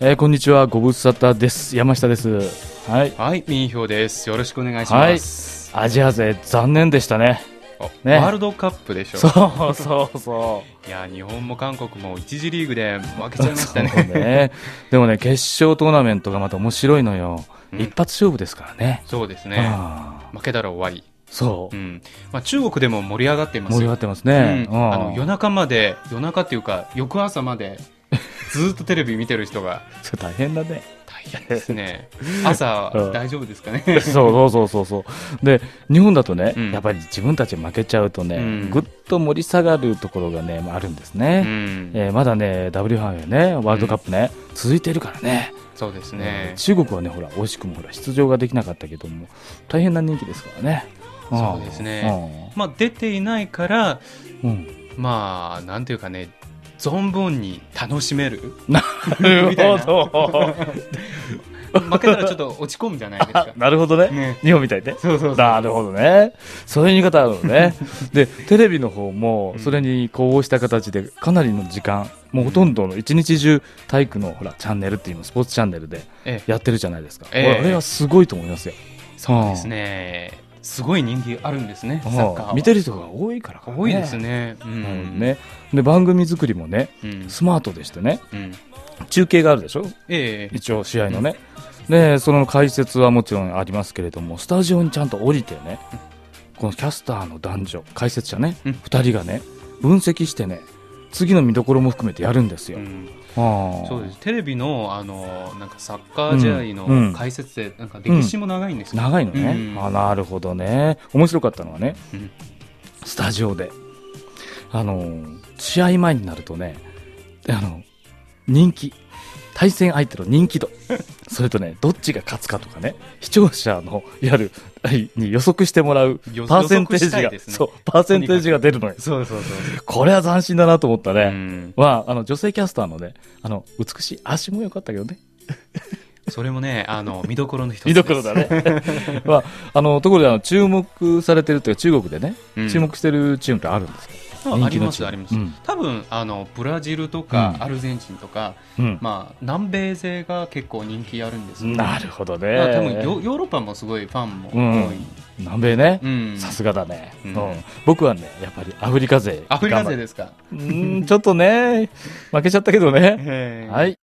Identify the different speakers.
Speaker 1: えーこんにちは、ご無沙汰です。山下です。はい。
Speaker 2: はい、民票です。よろしくお願いします。
Speaker 1: アジア勢、残念でしたね。
Speaker 2: あ
Speaker 1: ね
Speaker 2: ワールドカップでしょ。
Speaker 1: そうそうそ
Speaker 2: いや、日本も韓国も一次リーグで負け
Speaker 1: う。
Speaker 2: ちゃいました
Speaker 1: そう
Speaker 2: ね。
Speaker 1: ね。でもね、決勝トーナメントがまた面白いのよ。
Speaker 2: うん
Speaker 1: 一発勝負ですからね。
Speaker 2: そうですね。
Speaker 1: ああ
Speaker 2: 負けたら終わ
Speaker 1: そ。
Speaker 2: り。うん。まあ、中国でも盛り上がっていうま
Speaker 1: 盛
Speaker 2: す
Speaker 1: り上が
Speaker 2: よ。
Speaker 1: ってますね。
Speaker 2: うん。あの、夜中まで、夜中っていうか、翌朝まで、ずっとテレビ見てる人が
Speaker 1: それ大変だね。
Speaker 2: 大変ですね。朝
Speaker 1: うん、
Speaker 2: 大丈夫です かね。
Speaker 1: そうそうそうそうそう。で、日本だとね、
Speaker 2: うん
Speaker 1: やっぱり自分たち負けちゃうとね、
Speaker 2: うん
Speaker 1: ぐっと盛り下がるところがね、まああるんです
Speaker 2: う
Speaker 1: ね。
Speaker 2: ん。
Speaker 1: えーまだね、W 杯やね、ワールドカップね、続いてるからね。
Speaker 2: そうです
Speaker 1: えー
Speaker 2: ね。
Speaker 1: 中国はね、ほら、惜しくもほら、出場ができなかったけども、大変な人気ですからね。ん
Speaker 2: そうですね。まあ、出ていないから、
Speaker 1: うんうん
Speaker 2: まあ、なんていうかね、存分に楽しめる。
Speaker 1: な
Speaker 2: みたい
Speaker 1: るほ
Speaker 2: な
Speaker 1: ど。。
Speaker 2: 負けたらちょっと落ち込むじゃないですか
Speaker 1: なるほど ね。
Speaker 2: ね、
Speaker 1: 日本みたいで。
Speaker 2: そうそうそう。
Speaker 1: なるほどね。そういう言い方あるのね。で、テレビの方も、それにこうした形で、かなりの時間、もうほとんどの一日中、体育のほら、チャンネルっていうの、スポーツチャンネルで
Speaker 2: ええ
Speaker 1: やってるじゃないですか。
Speaker 2: ええ
Speaker 1: 俺あれはすごいと思いますよ。
Speaker 2: そうですね。すごい人気あるんですね、サッカーは。
Speaker 1: 見てる人が多いからかね
Speaker 2: 多いです。ね。う。
Speaker 1: うんん、。ね。で、番組作りもね、
Speaker 2: うん。
Speaker 1: スマートでしてね、
Speaker 2: うん、
Speaker 1: 中継があるでしょ
Speaker 2: ええ
Speaker 1: 一応試合のね、でその解説はもちろんありますけれどもスタジオにちゃんと降りてね、このキャスターの男女解説者ね、
Speaker 2: うん
Speaker 1: 2人がね分析してね次の見どころも含めてやるんですよ、
Speaker 2: うん
Speaker 1: ああ
Speaker 2: そうですテレビのあのなんかサッカー試合
Speaker 1: うんうん
Speaker 2: の解説で、なんか歴史も長いんですよ、
Speaker 1: 長いのね、
Speaker 2: うん
Speaker 1: あなるほどね面白かったのはね、
Speaker 2: うん
Speaker 1: スタジオであの試合前になるとねあの人気対戦相手の人 気度それとねどっちが勝つかとかね視聴者のいわゆるはいに予測してもらう
Speaker 2: よ
Speaker 1: パーセンテー
Speaker 2: 予測
Speaker 1: ジ
Speaker 2: した
Speaker 1: が、
Speaker 2: いですね
Speaker 1: そうパーセンテージが出るのよ
Speaker 2: そうそうそう
Speaker 1: これは斬新だなと思った
Speaker 2: う
Speaker 1: ね、
Speaker 2: ん、
Speaker 1: はあの女性キャスターのねあの美しい足も良かったけどね
Speaker 2: それもねあの見どころの一つです
Speaker 1: 見どころだね。 まあ、あの、ところで、あの、注目されてるというか、中国でね、
Speaker 2: うん
Speaker 1: 注目してるチームってあるんですか
Speaker 2: ああり
Speaker 1: 人気の
Speaker 2: ま
Speaker 1: チー
Speaker 2: す
Speaker 1: ム
Speaker 2: あります、
Speaker 1: うん
Speaker 2: 多分あのブラジルとか
Speaker 1: うん
Speaker 2: アルゼンチンとか、
Speaker 1: うん。
Speaker 2: まあ、南米勢が結構人気あるんですよ
Speaker 1: なるほどね。
Speaker 2: まあ多分ヨヨーロッパもすごいファンも多い、
Speaker 1: 南米ね
Speaker 2: う。ん
Speaker 1: さすがだね、う
Speaker 2: うんん
Speaker 1: 僕はね、やっぱりアフリカ勢。
Speaker 2: アフリカ勢ですか、
Speaker 1: 頑張る。うん、ちょっとね、負けちゃったけどね。
Speaker 2: は
Speaker 1: はい。